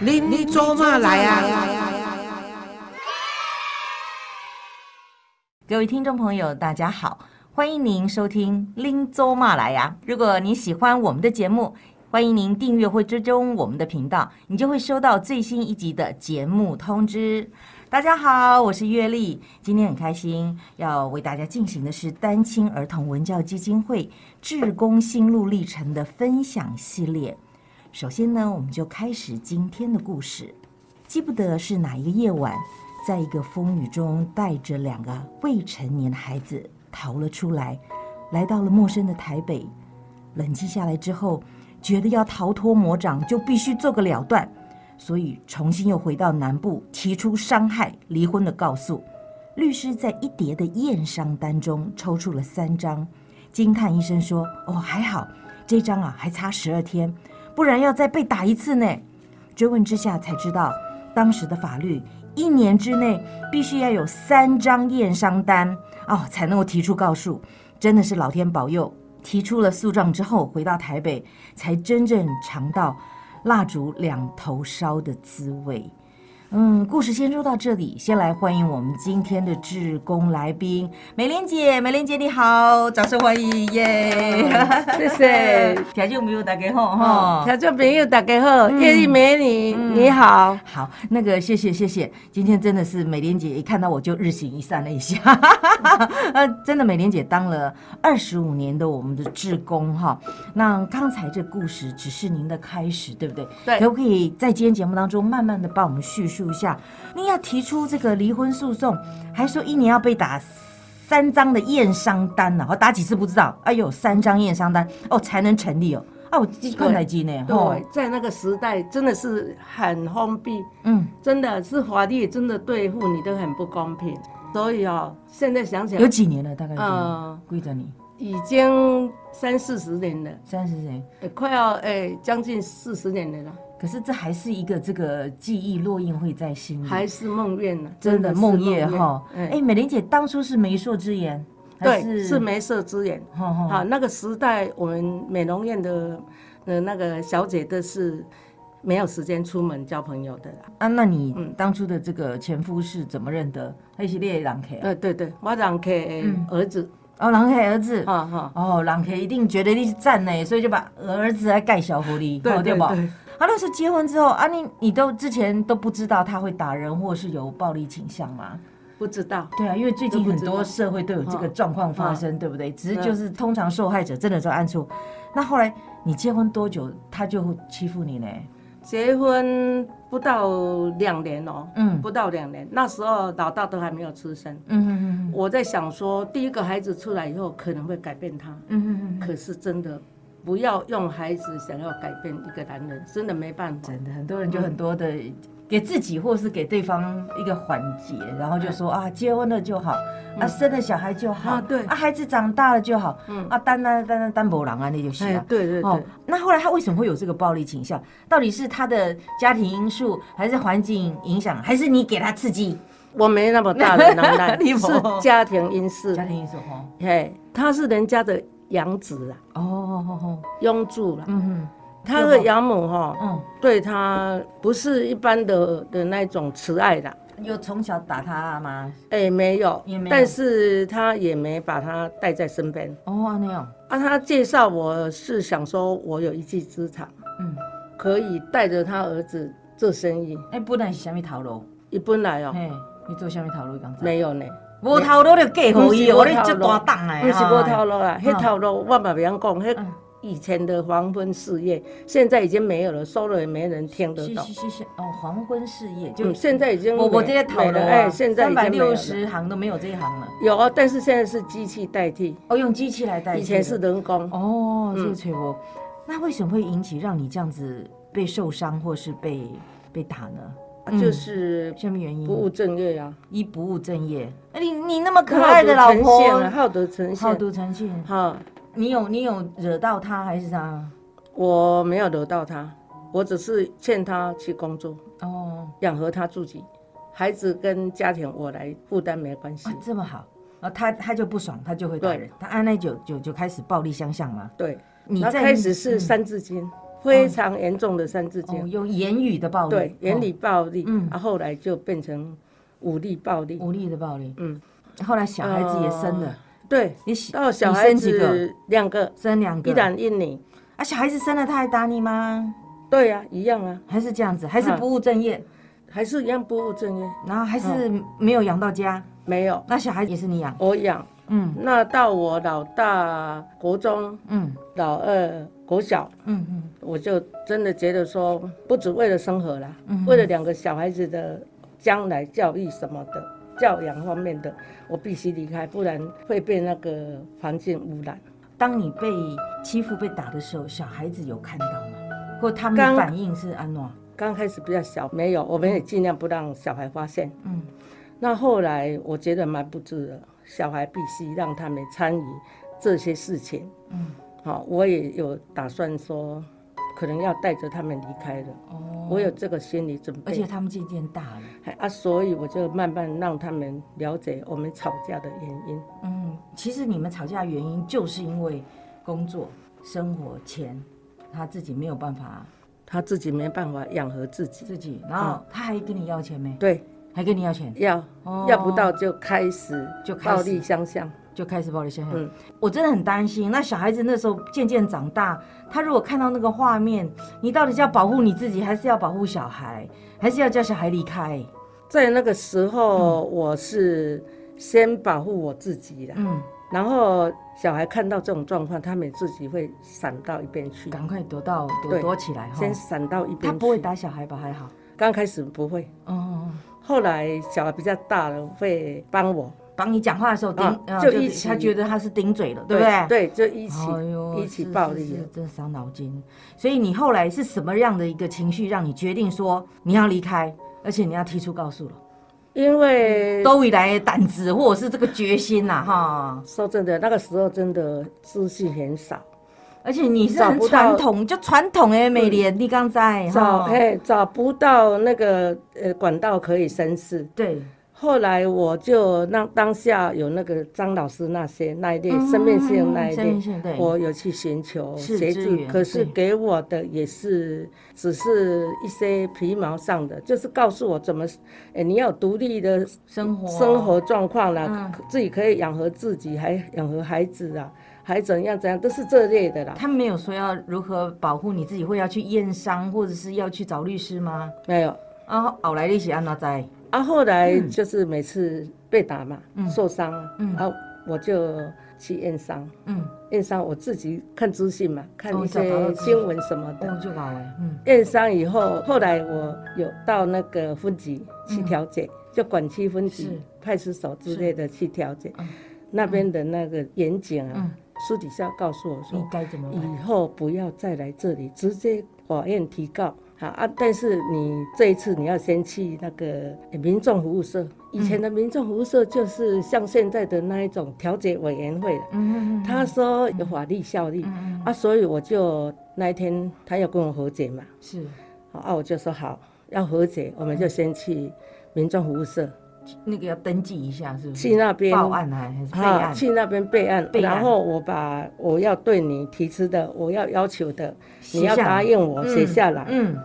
您您做嘛来啊？各位听众朋友，大家好，欢迎您收听《拎周马来呀》。如果您喜欢我们的节目，欢迎您订阅或追踪我们的频道，你就会收到最新一集的节目通知。大家好，我是月丽，今天很开心，要为大家进行的是单亲儿童文教基金会志工心路历程的分享系列。首先呢，我们就开始今天的故事。记不得是哪一个夜晚，在一个风雨中，带着两个未成年的孩子逃了出来，来到了陌生的台北。冷静下来之后，觉得要逃脱魔掌，就必须做个了断，所以重新又回到南部，提出伤害离婚的告诉。律师在一叠的验伤单中抽出了三张，惊叹一声说：“哦，还好，这张啊还差十二天，不然要再被打一次呢。”追问之下才知道，当时的法律一年之内必须要有三张验伤单哦，才能够提出告诉。真的是老天保佑，提出了诉状之后，回到台北才真正尝到蜡烛两头烧的滋味。嗯，故事先说到这里，先来欢迎我们今天的志工来宾美莲姐，美莲姐你好，掌声欢迎耶！哦谢谢。 听众朋友大家好哈。哦听众朋友，大家好，嗯叶丽美女，你好。好，那个谢谢谢谢，今天真的是美莲姐一看到我就日行一善了一下， 呃，真的美莲姐当了二十五年的我们的志工哈。那刚才这故事只是您的开始，对不对？对可不可以在今天节目当中慢慢的帮我们叙述一下？您要提出这个离婚诉讼，还说一年要被打。三张的验伤单呢、我打几次不知道。哎呦，三张验伤单哦，才能成立哦。啊，我记看台机呢，哦对，，在那个时代真的是很封闭，嗯，真的是法律真的对妇女都很不公平。所以哦，现在想起有来，几年了？大概呃是归着你已经三四十年了，三十年，呃快要哎将近四十年了啦，可是这还是一个这个记忆落印会在心里，还是梦魇呢，嗯真的是梦夜哈。哎、哎，美玲姐当初是媒妁之言，还对，是媒妁之言。哈哈啊，那个时代我们美容院的的那个小姐都是没有时间出门交朋友的啦。啊，那你嗯当初的这个前夫是怎么认得？他是列狼 K 呃，对对，我让给儿子，哦，狼 K 儿子。哈哈，哦，狼 K 一定觉得你是赞呢，所以就把儿子来盖小狐狸，对哦对不？啊，对，那时候结婚之后啊，你你都之前都不知道他会打人或是有暴力倾向吗？不知道，对啊，因为最近很多社会都有这个状况发生，对不对？只是就是通常受害者真的就暗处。那后来你结婚多久，他就欺负你呢？结婚不到两年哦，嗯不到两年，那时候老大都还没有出生，嗯嗯我在想说，第一个孩子出来以后可能会改变他，嗯嗯，可是真的不要用孩子想要改变一个男人，真的没办法。真的很多人就很多的给自己或是给对方一个缓解，然后就说啊，结婚了就好，啊，生了小孩就好，啊对啊，孩子长大了就好，啊，单单单单单薄狼啊，那就行哎了，。对对哦对，，那后来他为什么会有这个暴力倾向？到底是他的家庭因素，还是环境影响，还是你给他刺激？我没那么大的能耐， 你是没家庭因素家，庭因素哦。嘿，他是人家的养子啊，哦哦哦哦，拥住了，嗯他的养母哈、嗯对他不是一般的的那种慈爱的，嗯，有从小打他啊吗？哎、没有，也没有但是他也没把他带在身边。哦，那样，啊，他介绍我是想说，我有一技之长，嗯，可以带着他儿子做生意。哎，本来是啥物头路？一本来哦、嘿，你做啥物头路？讲真，没有呢，无头路就嫁互伊，不我是你无头足路大胆的，啊不是我套路。路啦，迄套路我嘛不晓讲，迄嗯以前的黄昏事业，现在已经没有了，说了也没人听得是懂是。是是，哦，黄昏事业就嗯，现在已经我我没这些头没路了，啊，哎，现在已三百经没有六了。十行都没有这一行了。有啊，但是现在是机器代替，哦，用机器来代替。以前是嗯人工。啊哦，这个吹波，那为什么会引起让你这样子被受伤或是被被打呢？就是什么原因？不务正业啊，一不务正业。哎你你那么可好爱的德老成婆，哦线啊，好德呈好现。赌成性，哈，你有你有惹到他还是啥？我没有惹到他，我只是劝他去工作，哦，养活他自己，孩子跟家庭我来负担没关系啊。这么好，然后他他就不爽，他就啊会打对人，他按耐久就就开始暴力相向嘛。对，你嗯哦然后在开始是三字经，非常严重的三字哦，经，有言语的暴力，对，言语暴力，哦嗯啊，后来就变成武力暴力哦、，武力的暴力。嗯，后来小孩子也生了，对，你喜到小你孩生几个？子两个，生两个。一男一女，啊，小孩子生了他还打你吗？对呀、一样啊，还是这样子？还是嗯不务正业？还是一样不务正业，然后还是没有养到家？没有，那小孩也是你养？我养。嗯那到我老大国中，嗯老二国小，嗯嗯我就真的觉得说，不只为了生活啦，嗯为了两个小孩子的将来教育什么的。教养方面的，我必须离开，不然会被那个环境污染。当你被欺负、被打的时候，小孩子有看到吗？或他们刚的反应是安诺？刚开始比较小，没有，我们也尽量不让小孩发现。嗯那后来我觉得蛮不智的，小孩必须让他们参与这些事情。嗯好，我也有打算说，可能要带着他们离开了。哦我有这个心理准备，而且他们渐渐大了，还啊，所以我就慢慢让他们了解我们吵架的原因。嗯，其实你们吵架的原因就是因为工作、生活、钱，他自己没有办法他自己没办法养活自己，自己，然后他还跟你要钱没？对，还跟你要钱，要、哦要不到就开始就开始暴力相向。就开始暴力相向。嗯我真的很担心，那小孩子那时候渐渐长大，他如果看到那个画面，你到底是要保护你自己，还是要保护小孩，还是要叫小孩离开？在那个时候，我是先保护我自己啦，嗯，然后小孩看到这种状况，他们自己会闪到一边去，赶快躲到躲对躲起来哈。先闪到一边去。哦他不会，打小孩吧？还好。刚开始不会，哦哦，后来小孩比较大了会帮我，哦帮你讲话的时候顶啊，呃就一起他觉得他是顶嘴了，对不对？对，就一起、哎呦，一起是暴是力是了。真伤脑筋。所以你后来是什么样的一个情绪让你决定说你要离开，而且你要提出告诉了？因为都以来的胆子或者是这个决心呐、哈。说真的，那个时候真的资讯很少，而且你是找很不传到统，就传统哎，美莲，你刚在嗯找嘿找不到那个呃管道可以申诉。对，后来我就让当下有那个张老师那些那一类生命线那一嗯生命类，线对，我有去寻求是协资助源，可是对给我的也是只是一些皮毛上的，就是告诉我怎么，哎，你要有独立的生活生活状况啦嗯，可自己可以养活自己，还养活孩子啊，还怎样怎样，都是这类的啦。他们没有说要如何保护你自己，会要去验伤，或者是要去找律师吗？没有啊，后来你是安怎在？啊，后来就是每次被打嘛，嗯受伤啊，嗯啊，我就去验伤，嗯，验伤我自己看资讯嘛，看哦一找到些资讯新闻什么的。我就搞哎，嗯，验伤以后，后来我有到那个分局去调解，就管区分嗯是局、派出所之类的去调解嗯。那边的那个严警啊，嗯私底下告诉我说，你该怎么办？以后不要再来这里，直接法院提告。好啊，但是你这一次你要先去那个呃民众服务社，以前的民众服务社就是像现在的那一种调解委员会了。嗯嗯嗯他说有法律效力嗯嗯啊，所以我就那一天他要跟我和解嘛，是，好啊，我就说好要和解，我们就先去民众服务社那个要登记一下，是不是？去那边嗯报案啊，还是备啊，案？去那边备案，备案然后我把我要对你提出的、我要要求的，写你要下来答应我嗯写下来，嗯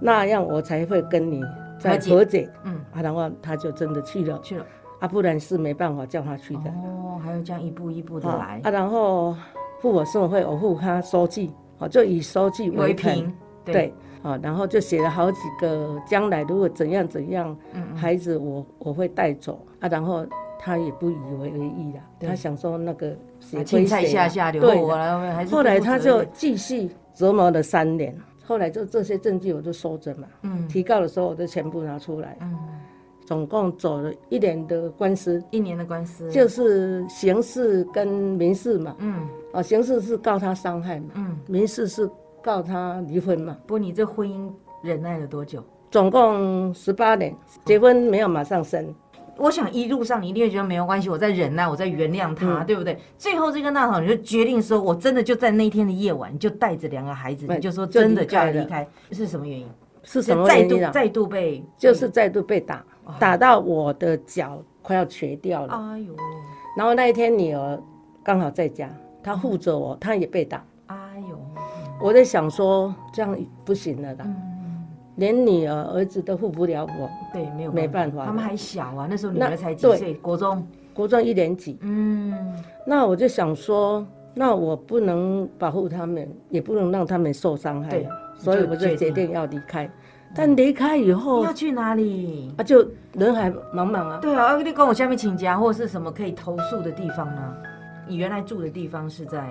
那样我才会跟你再和解和解。嗯，啊，然后他就真的去了，去了。啊，不然是没办法叫他去的。哦，还有这样一步一步的啊来啊，然后付我送会，我付他收据，好，就以收据为为凭凭，，对，啊，然后就写了好几个，将来如果怎样怎样，嗯嗯孩子我我会带走啊，然后他也不以为意啦，对他想说那个啊血青归菜血下啊，下流，对我啦，来还是后来不负责他就任继续折磨了三年，后来就这些证据我就收着嘛，嗯提告的时候我就全部拿出来，嗯，总共走了一年的官司，一年的官司，就是刑事跟民事嘛，嗯啊，刑事是告他伤害嘛，嗯，民事是告他离婚嘛，不过你这婚姻忍耐了多久？总共十八年，结婚没有马上生，我想一路上你一定会觉得没有关系，我在忍耐，我在原谅嗯他，对不对？最后这个大嫂，你就决定说，我真的就在那天的夜晚，你就带着两个孩子，对你就说就真的离就要开离了开，是什么原因？是什是么再原度哦因啊？再度被，就是再度被打，打到我的脚快要瘸掉了。哎呦，然后那一天女儿刚好在家，她护着我，她也被打。哎呦，我在想说这样不行了啦，嗯，连女儿儿子都护不了我。对，没有没办法他们还小啊，那时候女那儿才几对岁，国中，国中一年级，嗯，那我就想说，那我不能保护他们，也不能让他们受伤害对，哎嗯所以我就决就决定要离开。但离开以后要去哪里？啊，就人海茫茫啊，对啊，你跟我下面请假或者是什么可以投诉的地方呢？你原来住的地方是在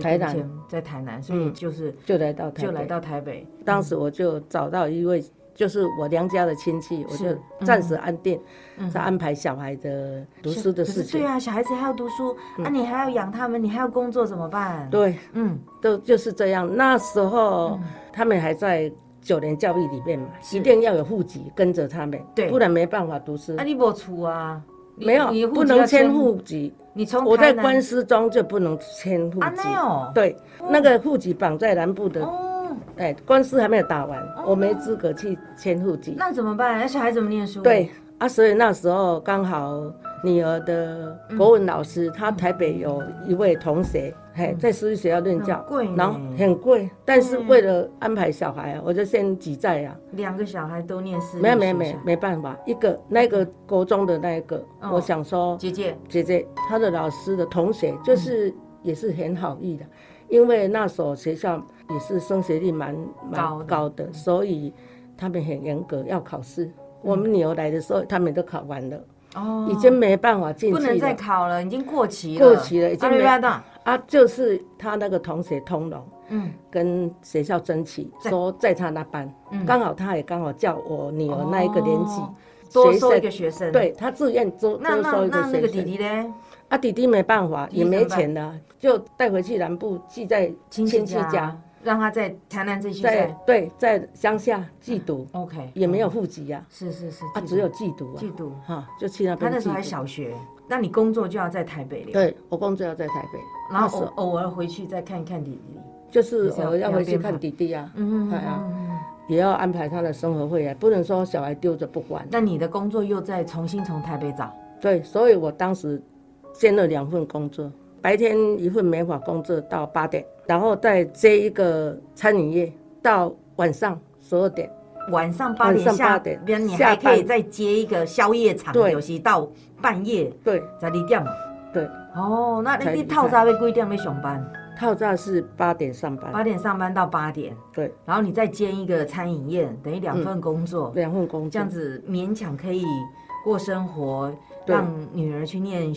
台南，在台南，所以就是、就来到台就来北。到台北。当时我就找到一位，就是我娘家的亲戚，我是就暂时安定，嗯在安排小孩的读书的可是事对情。啊，小孩子还要读书，啊，你还要养他们，你还要工作，怎么办？，对，嗯，都就是这样。那时候他们还在九年教育里面嘛，一定要有户籍跟着他们，对不然没办法读书啊，。你没出啊，你没有你，户不籍能要迁，户籍。你从我在台南官司中就不能迁户啊，籍那。哦，对，那个户籍绑在南部的，哦，哎，官司还没有打完，我没资格去迁户籍。那怎么办？那小孩怎么念书？对，啊，所以那时候刚好女儿的嗯国文老师，她台北有一位同学，嘿，在私立学校任教很贵呢，嗯然后很贵，但是为了安排小孩啊，我就先挤在啊，两个小孩都念私立没有没学有没有校没办法，一个那个国中的那一个，哦我想说姐姐，姐姐她的老师的同学，就是也是很好意的，因为那所学校也是升学率蛮高的蛮高的，所以他们很严格要考试。我们女儿来的时候，他们都考完了，哦，已经没办法进不能去再了。考了，已经过期了，过期了已经阿没瑞巴达，啊，就是他那个同学通融，嗯，跟学校争取在说在他那班，嗯刚好他也刚好叫我女儿那一个年级哦，多学收一生个学生，，对他自愿多多那那收一个那那学个弟生。弟呢？啊，弟弟没办法，弟弟也没怎么办钱了，就带回去南部寄在亲戚家，让他在台南这些在在对在乡下寄读， ，OK，也没有户籍呀，是是是，啊，嫉妒只有寄读啊嫉，妒。哈，就去那嗯他边。那时候还，小学，那你工作就要在台北了，对我工作要在台北，然那后时偶偶尔回去再看看弟弟。就是你是要我要回去要看编排弟弟啊，嗯嗯哎嗯呀嗯。嗯也要安排他的生活费啊，不能说小孩丢着不管。那你的工作又再重新从台北找，对，所以我当时兼了两份工作，白天一份美法工作到八点，然后再接一个餐饮业到晚上十二点。晚上八点晚上下八点边你下还可以班再接一个宵夜场，对有时到半夜对才二点嘛。对，哦，那才你离你开套早要几点要上班？套炸是八点上班，八点上班到八点，对，然后你再兼一个餐饮业，等于嗯两份工作，两份工作这样子勉强可以过生活，对让女儿去念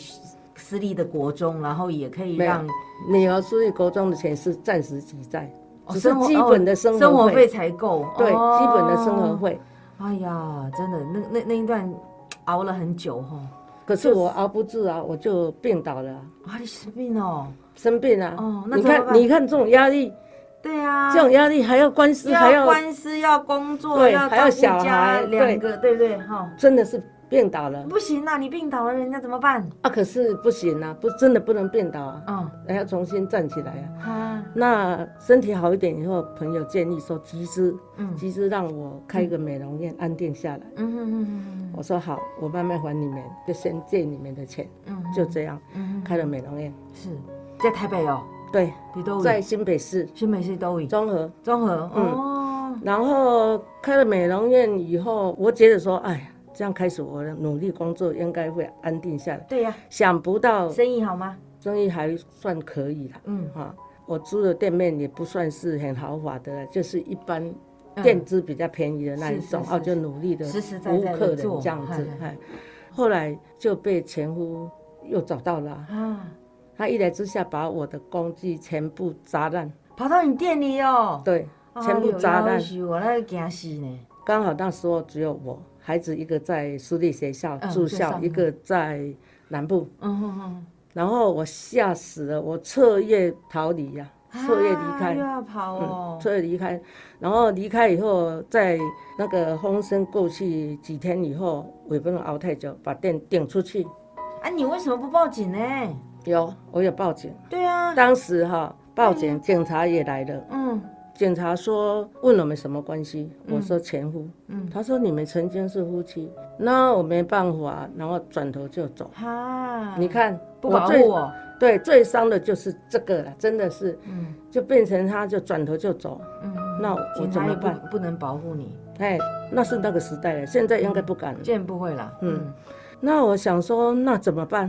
私立的国中，然后也可以没有让女儿私立国中的钱是暂时挤在，哦只是生活基哦本的生生活活费费，才够，对，哦基本的生活。费。哎呀，真的，那那那一段熬了很久哈、可是我熬不住啊，我就病倒了啊，啊，你生病哦？生病啊。哦那你怎么看，办你看这种压力，对啊，这种压力还要官司，还要要官司，要工作，对要还要照小顾家，孩两个对不对哈、真的是病倒了不行啊，你病倒了，人家怎么办？啊。可是不行啊，不真的不能病倒啊，嗯，还要重新站起来啊。啊，那身体好一点以后，朋友建议说集资，嗯集资让我开一个美容院，安定下来。嗯嗯嗯我说好，我慢慢还你们，就先借你们的钱，嗯嗯，就这样嗯开了美容院。是在台北哦，对，你都在嗯有，新北市新北市都有，综合，综合哦，然后开了美容院以后，我觉得说，哎，这样开始我的努力工作应该会安定下来。对呀、想不到生意好吗？生意还算可以啦，嗯啊，我租的店面也不算是很豪华的啦，就是一般店资比较便宜的那一种，嗯是是哦，就努力的实实在服务在地客人做这样子嘛，嗨哎，后来就被前夫又找到了啊，啊，他一来之下把我的工具全部砸烂，跑到你店里哦，对，全部砸哎呦烂要，死我那惊死呢，刚好那时候只有我孩子一个在私立学校嗯住就校，上一个在南部，嗯哼哼，然后我吓死了，我彻夜逃离呀、彻夜离啊开嗯又。要跑哦，所以离开，然后离开以后，在那个风声过去几天以后，我也不能熬太久，把店顶出去。啊，你为什么不报警呢？有，我有报警。对啊，当时哈、报哎警，警察也来了。嗯警察说问我们什么关系，我说前夫。嗯，他说你们曾经是夫妻，那我没办法，然后转头就走。哈，你看，不保护最我，对，最伤的就是这个了，真的是，嗯就变成他就转头就走，嗯，那我警怎察也么不办？不能保护你，哎，那是那个时代了，现在应该不敢了。见不会了，嗯那我想说，那怎么办？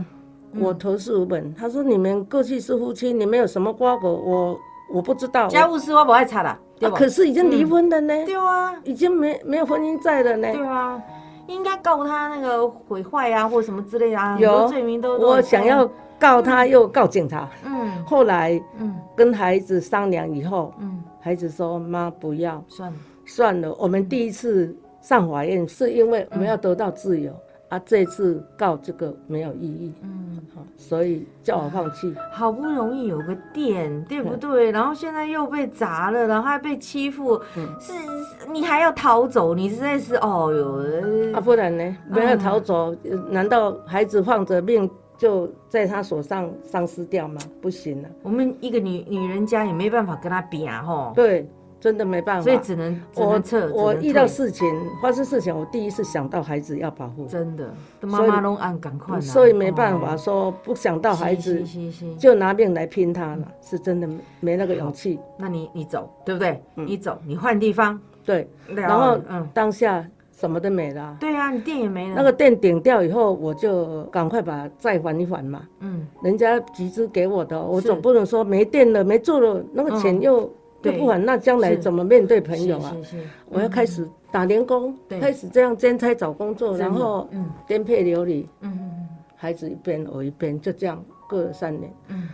嗯我投诉本，他说你们过去是夫妻，你们有什么瓜葛？我我不知道。嗯，家务事我不爱插啦，对啊不？可是已经离婚了呢，对啊，已经没没有婚姻在了呢。嗯对啊，应该告他那个毁坏啊，或什么之类的啊，很有多哦罪名都我想要，告他，又告警察。嗯后来嗯跟孩子商量以后，嗯，孩子说：“妈，不要，算了，算了。我们第一次上法院是因为我们要得到自由、啊，这次告这个没有意义，嗯，好所以叫我放弃。好不容易有个店，对不对？然后现在又被砸了，然后还被欺负，嗯是是你还要逃走，你实在是哦哟，啊，不然呢？没有逃走，呃嗯难道孩子放着命就在他手上丧失掉吗？不行啊，我们一个女女人家也没办法跟他比啊，吼，对，真的没办法。所以只能只我能撤，我只能遇到退事情发生事情，我第一次想到孩子要保护，真的，妈所以妈都按赶快啦，所以没办法哦，说不想到孩子是是是就拿命来拼他了，是真的没没那个勇气。那你你走，对不对？你走，你换地方，对，然然后嗯，当下什么都没了啊。对啊，你店也没了，那个店顶掉以后，我就赶快把债还一还嘛。嗯，人家集资给我的，我是嗯总不能说没电了、没做了，那个钱又、对又不还，那将来是怎么面对朋友啊？是是是，我要开始打零工，对开始这样兼差找工作，真的然后嗯颠沛流离，嗯嗯孩子一边我一边，就这样过了三年。嗯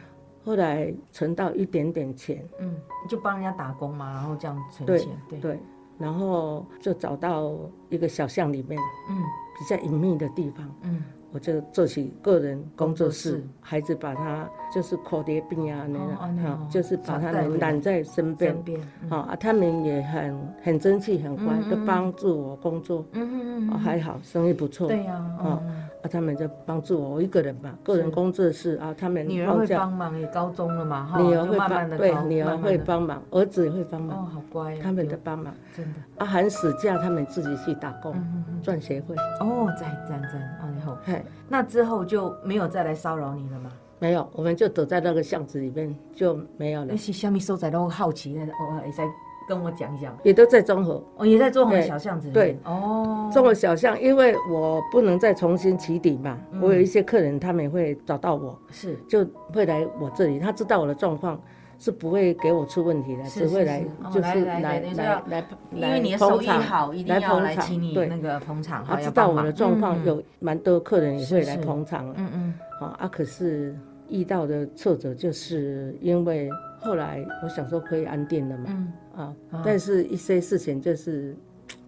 后来存到一点点钱，嗯嗯，你就帮人家打工嘛，然后这样存对钱，对，对，然后就找到一个小巷里面嗯比较隐秘的地方，嗯，我就做起个人工作工室作室，孩子把他就是口蝶病啊那哦哦样，那哈样就是把他带回们来揽在身边身，边，嗯好啊，他们也很很争气，很乖嗯嗯，都嗯帮助我工作，嗯嗯啊嗯，还好生意不错，对呀，哦嗯，啊他们就帮助我我一个人嘛，个人工作室啊，他们女儿会帮忙，也高中了嘛，哈，女儿就会慢慢帮，的对，女儿会，慢慢地帮忙，儿子也会帮哦，忙，好乖呀，他们有的哦帮忙。真的，啊，寒暑假他们自己去打工嗯嗯嗯，赚学费，哦，赞赞赞，哦，以后嘿，那之后就没有再来骚扰你了吗？没有，我们就躲在那个巷子里面就没有了那，是虾米收仔都好奇的，哦，也在跟我讲一讲。也都在中和。哦，也在中和对小巷子里对面。哦，中和小巷，因为我不能再重新起底嘛，嗯我有一些客人他们也会找到我，是就会来我这里，他知道我的状况。是不会给我出问题的，是只会是来是哦就是来来来等于说来要来，因为你的捧手艺场好，一定要捧来场请你对那个捧场，他好，要知道帮我忙的状况，。嗯有蛮多客人也会是来是捧场啊。嗯嗯好啊，可是遇到的挫折就是因为后来我想说可以安定了嘛，嗯啊啊，但是一些事情就是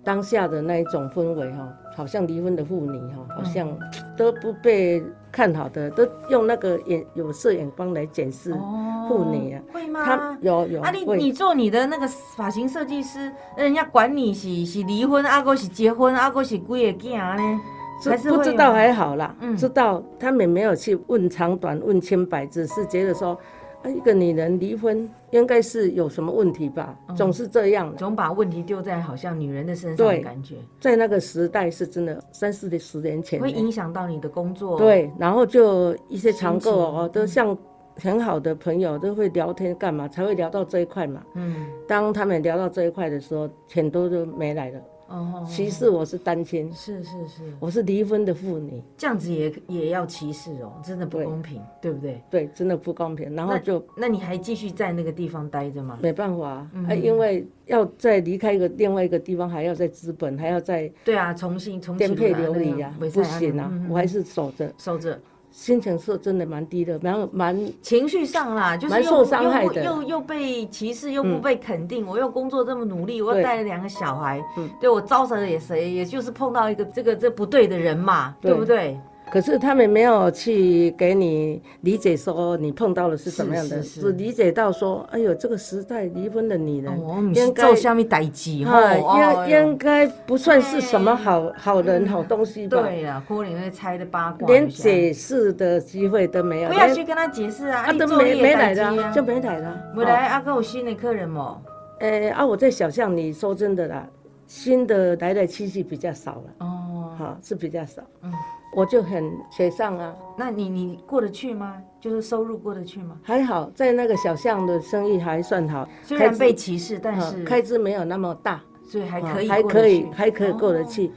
当下的那一种氛围哈、好像离婚的妇女哈、嗯好像都不被看好的，都用那个眼有色眼光来检视嗯。哦妇女啊，会他吗？有有啊，你会你做你的那个发型设计师，人家管你是是离婚，啊，哥是结婚，啊，哥是几个囝呢？知还是不会知有道还好啦，嗯知道他们没有去问长短、问清白，只是觉得说，啊，一个女人离婚应该是有什么问题吧，嗯总是这样。总把问题丢在好像女人的身上的对感觉，在那个时代是真的，三四十年前会影响到你的工作。，对，然后就一些常心情嗯购哦，都像很好的朋友都会聊天干嘛，才会聊到这一块嘛。嗯，当他们聊到这一块的时候，很多都没来了。哦，其实我是单亲，是是是，我是离婚的妇女，这样子也也要歧视哦，真的不对公平，对不对？对，真的不公平。然后就那你还继续在那个地方待着吗？没办法啊，嗯啊因为要再离开一个另外一个地方，还要在资本，还要再对啊，重新重颠新沛流离呀、那个嗯不行啊，我还是守着，受着心情是真的蛮低的，蛮蛮情绪上啦，就是蛮又受伤害又的又又被歧视，又不嗯被肯定。我又工作这么努力，我又对带了两个小孩，嗯对我招惹了也谁，也就是碰到一个这个这不对的人嘛，对对不对？可是他们没有去给你理解，说你碰到的是什么样的，是是是只理解到说，哎呦，这个时代离婚的女人，哦，你是做下面代志啊，哦，哎应应该不算是什么好好人、好东西吧？嗯对呀，郭玲那猜的八卦，连解释的机会都没有，啊不要连去跟他解释啊，啊你都做没你没的来代志的啊，啊，就哦没来了，未来啊，跟有新的客人哦，呃，啊，我在小巷里说真的啦，新的来来去去比较少了，哦，哈、是比较少。嗯嗯，我就很学上啊，那你你过得去吗？就是收入过得去吗？还好在那个小巷的生意还算好，虽开然支被歧视，但呃是开支没有那么大，所以还啊可以过得还去，可以，还可以过得哦，去，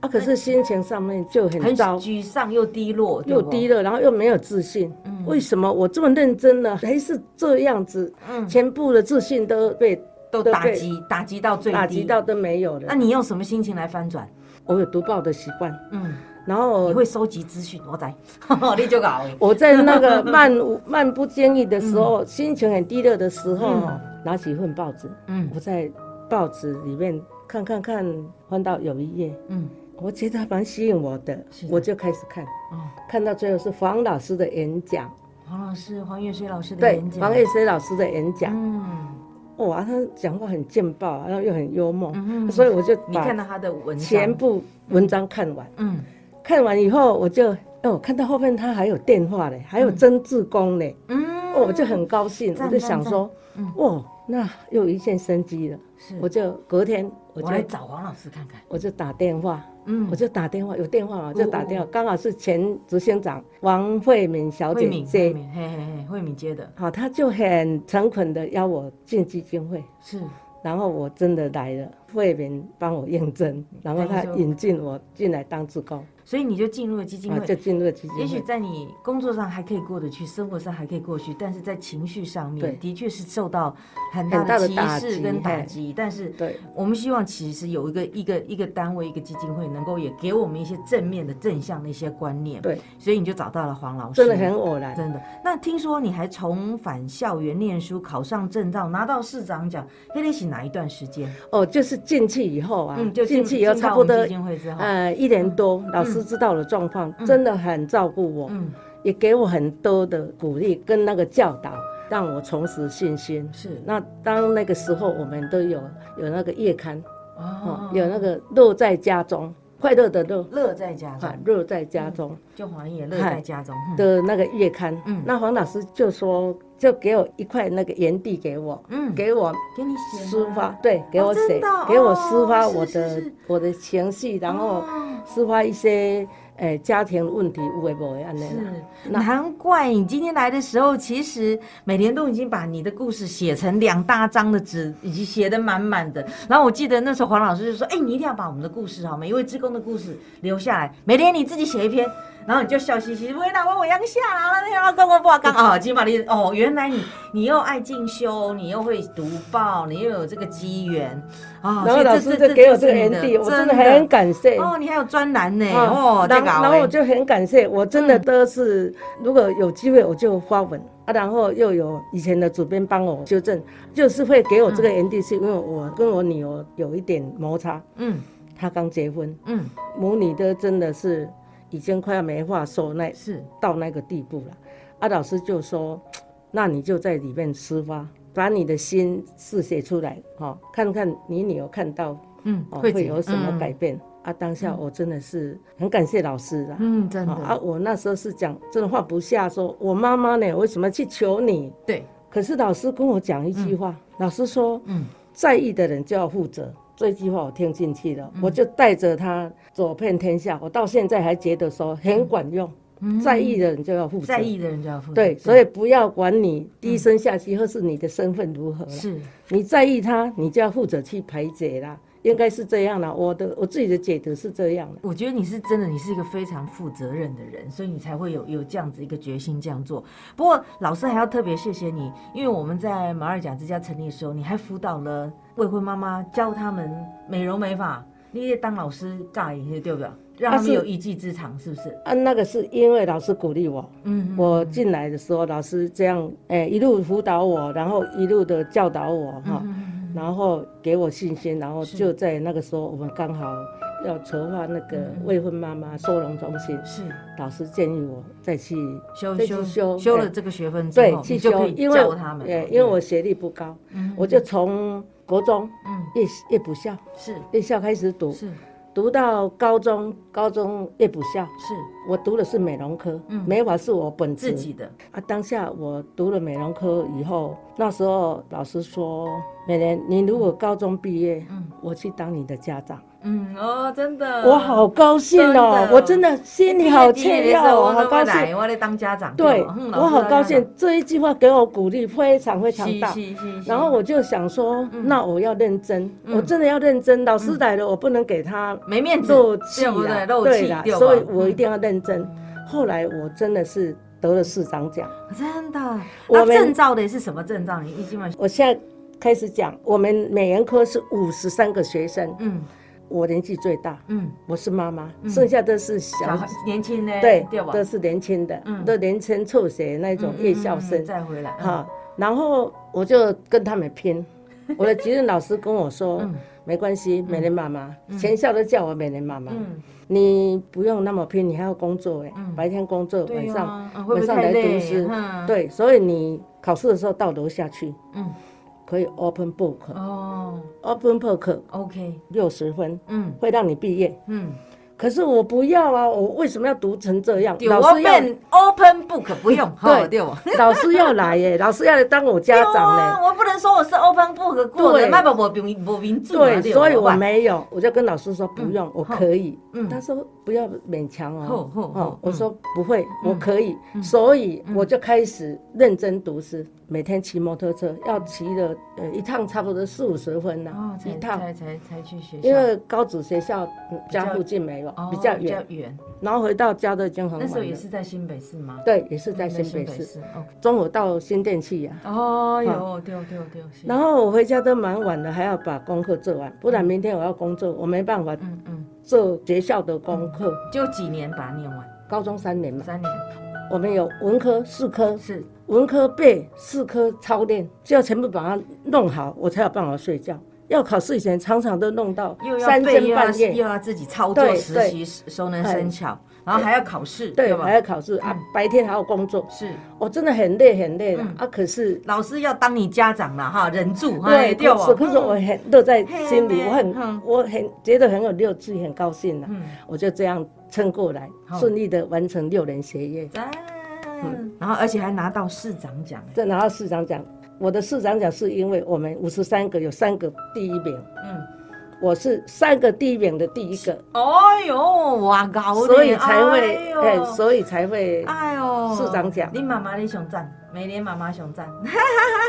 啊，可是心情上面就很很糟，沮丧又低落，又低落，了，然后又没有自信。嗯为什么我这么认真了，还是这样子？嗯，全部的自信都被都都打被击打击到最低，打击到都没有那了。你用什么心情来翻转？我有读报的习惯，嗯，然你后会收集资讯，我在， 你就搞 诶。我在那 个漫无漫不经意的时候，心情很低落的时候嗯，拿起一份报纸，嗯我在报纸里面看看看，翻到有一页，嗯，我觉得还蛮吸引我的是，的我就开始看，哦，看到最后是黄老师的演讲，黄老师、黄月水老师的对嗯演，讲，黄岳水老师的演讲，嗯哇，他讲话很劲爆，啊然后又很幽默，嗯所以我就你看把到他的文章，全部文章看完。嗯看完以后，我就哦，看到后面他还有电话嘞，还有曾志工嘞，嗯，哦，我就很高兴，赞嗯我就想说，赞赞哦，那又一线生机了。是，我我就隔天我我来就找黄老师看看，我就打电话，嗯我就打电话，有电话嘛就打电话，嗯刚好是前执行长王慧敏小慧姐敏，慧接，敏，嘿嘿嘿，慧敏接的，好，她就很诚恳的邀我进基金会，是，然后我真的来了，慧敏帮我验嗯证，然后她那就引进我进来当志工，所以你就进入了基金啊，会就。进入了基金会。也许在你工作上还可以过得去，生活上还可以过去，但是在情绪上面对的确是受到很很大大的的歧打视击跟打嘿击。但是对我们希望其实有一个一个一个单位一个基金会能够也给我们一些正面的正向的一些观念。，对，所以你就找到了黄老师，真的很偶然。真的。那听说你还重返校园念书，考上证照，拿到市长奖，黑历史哪一段时间？哦，就是进去以后啊，嗯，就进去以后进到差不我多们基金会之后，呃一年多，老师知道了状况，真的很照顾我，嗯，也给我很多的鼓励跟那个教导，让我重拾信心。是那当那个时候，我们都有有那个月刊，哦哦，，有那个乐在家中，快乐的乐乐在家中啊，，乐在家中就黄丽也乐在嗨家中。嗯的那个月刊。嗯那黄老师就说，就给我一块那个园地给我，嗯，给我给你写抒吗发，，对，给哦我真写，的哦给我抒发我是是的是我的情绪，然后哦抒发一些呃家庭问题，有诶无诶安尼啦。是，难怪你今天来的时候，其实每年都已经把你的故事写成两大张的纸，已经写得满满的。然后我记得那时候黄老师就说：“哎、你一定要把我们的故事哈，每一位职工的故事留下来，每天你自己写一篇。”然后你就笑嘻嘻，喂，那我我养下啦，那要跟我不刚哦，金玛丽哦，原来你你又爱进修，你又会读报，你又有这个机缘啊。然所后以老这师就给我这个园地，我真的很感谢。哦，你还有专栏呢，啊哦，这然个好嗯然后哎我就很感谢，我真的都是如果有机会我就发文啊，然后又有以前的主编帮我纠正，就是会给我这个园地，是因为我跟我女儿有一点摩擦，嗯她刚结婚，嗯母女都真的是已经快要没话说那是到那个地步了。啊，老师就说，那你就在里面抒发，把你的心事写出来，哈、哦，看看你女儿看到、嗯哦、会怎有什么改变。啊，当下我真的是很感谢老师啦。嗯嗯真的、哦啊，我那时候是讲真的放不下说，我妈妈呢为什么去求你？对可是老师跟我讲一句话，老师说嗯在意的人就要负责。这句话我听进去嗯了，我就带着他走遍天下。我到现在还觉得说很管用，在意的人就要负责。嗯在意的人就要负责对，所以不要管你低声下气，或是你的身份如何啦，嗯是你在意他，你就要负责去排解啦，应该是这样啦。我的我自己的解读是这样的。我觉得你是真的，你是一个非常负责任的人，所以你才会有有这样子一个决心这样做。不过老师还要特别谢谢你，因为我们在马尔甲之家成立的时候，你还辅导了未婚妈妈，教他们美容美发，你也当老师尬一些，对不对？让他啊们是有一技之长，是不是？啊，那个是因为老师鼓励我，嗯，嗯我进来的时候老师这样，哎、一路辅导我，然后一路的教导我哈，嗯嗯然后给我信心，然后是就在那个时候，我们刚好要筹划那个嗯嗯未婚妈妈收容中心，是老师建议我再去修再去修修修了哎这个学分之对后，去哦你就可修，以因为教他们了。哦呃因为我学历不高，嗯我就从国中嗯夜夜补校，是夜校开始读，是读到高中，高中夜补校，是我读的是美容科，嗯美法是我本职自己的啊。当下我读了美容科以后，那时候老师说，美莲，你如果高中毕业，嗯我去当你的家长。嗯哦，真的，我好高兴哦真的！我真的心里好雀跃，我好好高兴。我在当家长，对，嗯我好高兴，，这一句话给我鼓励非常非常老大。师在那然后我就想说，嗯那我要认真，嗯我真的要认真。老师来了，我不能给他没面子，漏气对不啦对？漏对气啦，对吧嗯所以我一定要认真。后来我真的是得了市长奖。嗯真的。我那们证照的是什么证照？你一进门，我现在开始讲，我们美研科是五十三个学生，嗯我年纪最大，嗯，我是妈妈，嗯剩下都是小小孩年轻呢，对，对吧？都是年轻的嗯，都年轻辍学那种夜校嗯嗯生嗯，再回来，哈。然后我就跟他们 拼，我的主任老师跟我说嗯，没关系，美人妈妈，全校都叫我美人妈妈，嗯，你不用那么拼，你还要工作哎嗯，白天工作，晚对呀上嗯晚会不会上太来累读书，嗯对，所以你考试的时候到楼下去，嗯，可以 open book。哦 Open book ，OK，六十分嗯会让你毕业，嗯，可是我不要啊！我为什么要读成这样？对老师要 open open book 不用，哈对吧？老师要来耶，老师要来当我家对长啊嘞。我不能说我是 open book 过的，对那不我民我民主啊对，对吧所以我哇没有，我就跟老师说不用，我可以。嗯他说不要勉强哦。好好好哦，我嗯说不会，我可以。嗯所以我就开始认真读书，每天骑摩托车，要骑了呃一趟差不多四五十分呐哦，，一才趟。才才才去学校，因为高职学校嗯比家较附近没有哦，比较比较远，远，然后回到家都已经很那时候晚也了。是在新北市吗？对，也是在在新新北北市。市。OK 中午到新店去呀、哦，有对对对，是然后我回家都蛮晚的，还要把功课做完，不然明天我要工作，我没办法嗯嗯，做学校的功课。就几年把它念完，高中三年嘛，三年我们有文科四科，是文科背四科操练，就要全部把它弄好，我才有办法睡觉。要考试以前，常常都弄到又要三背又更要半夜，又要自己操作对实对哎习熟能生巧，然后还要考试，对，吧还？要考试嗯啊，白天还要工作，是我真的很累很累的嗯啊。可是老师要当你家长了哈，忍住哈，对，对可是可是我很乐在心里，啊嘿我很、嗯我很觉得很有乐趣，很高兴啊啦、嗯我就这样撑过来好，顺利的完成六年学业，赞然后而且还拿到市长奖，再拿到市长奖。我的市长奖是因为我们五十三个有三个第一名，嗯，我是三个第一名的第一个，哎呦，哇搞的，所以才会哎，哎、呦所以才 会哎呦，市长奖你妈妈的熊赞，美莲妈妈熊赞，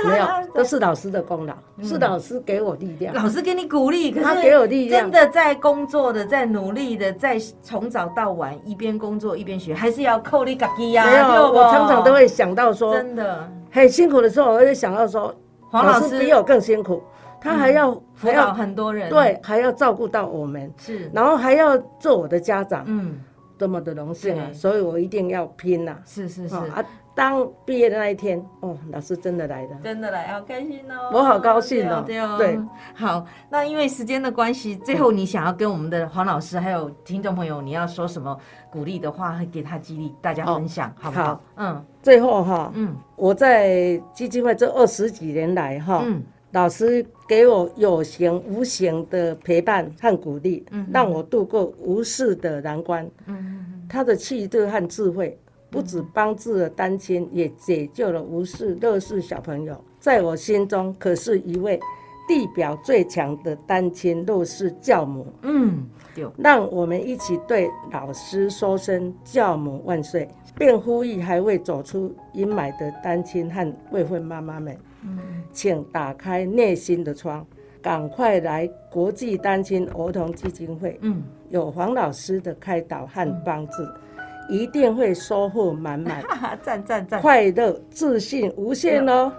没有，都是老师的功劳，是老师给我力量。 嗯老师给你鼓励，可他是给我力量真的在工作的，在努力的，在从早到晚一边工作一边学，还是要扣你自己呀、没有，对不我常常都会想到说，真的，很辛苦的时候，我会想到说，黄老师嗯比我更辛苦，他还要、辅还导要很多人，对，还要照顾到我们，是，然后还要做我的家长，嗯，多么的荣幸啊！对所以我一定要拼呐、是是是，哦啊！当毕业的那一天，哦，老师真的来了，真的来，好开心哦！我好高兴哦对哦，对好，那因为时间的关系，最后你想要跟我们的黄老师还有听众朋友，你要说什么鼓励的话，给他激励，大家分享，好不好好？嗯最后哈、嗯我在基金会这二十几年来哈、嗯，老师给我有形无形的陪伴和鼓励，嗯让我度过无数的难关。嗯他的气度和智慧，不止帮助了单嗯亲，也解救了无数弱势小朋友。在我心中，可是一位地表最强的单亲弱势教母。嗯嗯，对，让我们一起对老师说声“教母万岁”，并呼吁还未走出阴霾的单亲和未婚妈妈们，嗯请打开内心的窗，赶快来国际单亲儿童基金会。嗯，有黄老师的开导和帮助，一定会收获满满，哈哈，赞赞赞，快乐、自信无限哦！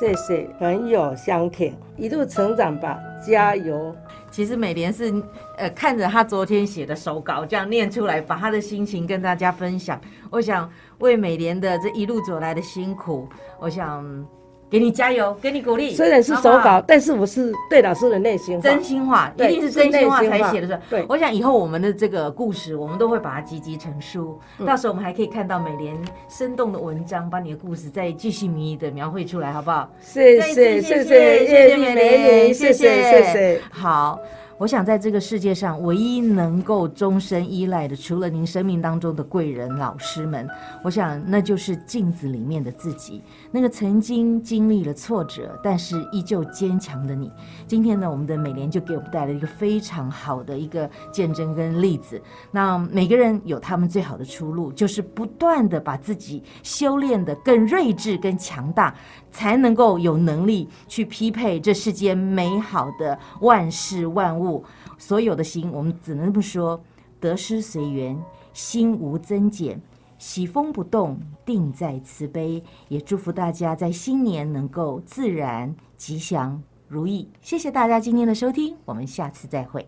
谢谢朋友相挺，一路成长吧，加油！其实美莲是呃看着她昨天写的手稿这样念出来，把她的心情跟大家分享。我想为美莲的这一路走来的辛苦，我想给你加油，给你鼓励。虽然是手好不好稿，但是我是对老师的内心话真心话，一对定是真心话才写是内的出来心话。对我想以后我们的这个故事，我们都会把它集集成书，嗯到时候我们还可以看到美莲生动的文章，把你的故事再继续迷的描绘出来，好不好？谢再一次谢谢谢谢谢谢叶谢丽美美莲，女，谢谢谢谢。好，我想在这个世界上，唯一能够终身依赖的，除了您生命当中的贵人、老师们，我想那就是镜子里面的自己，那个曾经经历了挫折，但是依旧坚强的你。今天呢，我们的美莲就给我们带来一个非常好的一个见证跟例子。那每个人有他们最好的出路，就是不断的把自己修炼的更睿智、更强大，才能够有能力去匹配这世间美好的万事万物。所有的心，我们只能这么说：得失随缘，心无增减。喜风不动，定在慈悲。也祝福大家在新年能够自然、吉祥、如意。谢谢大家今天的收听，我们下次再会。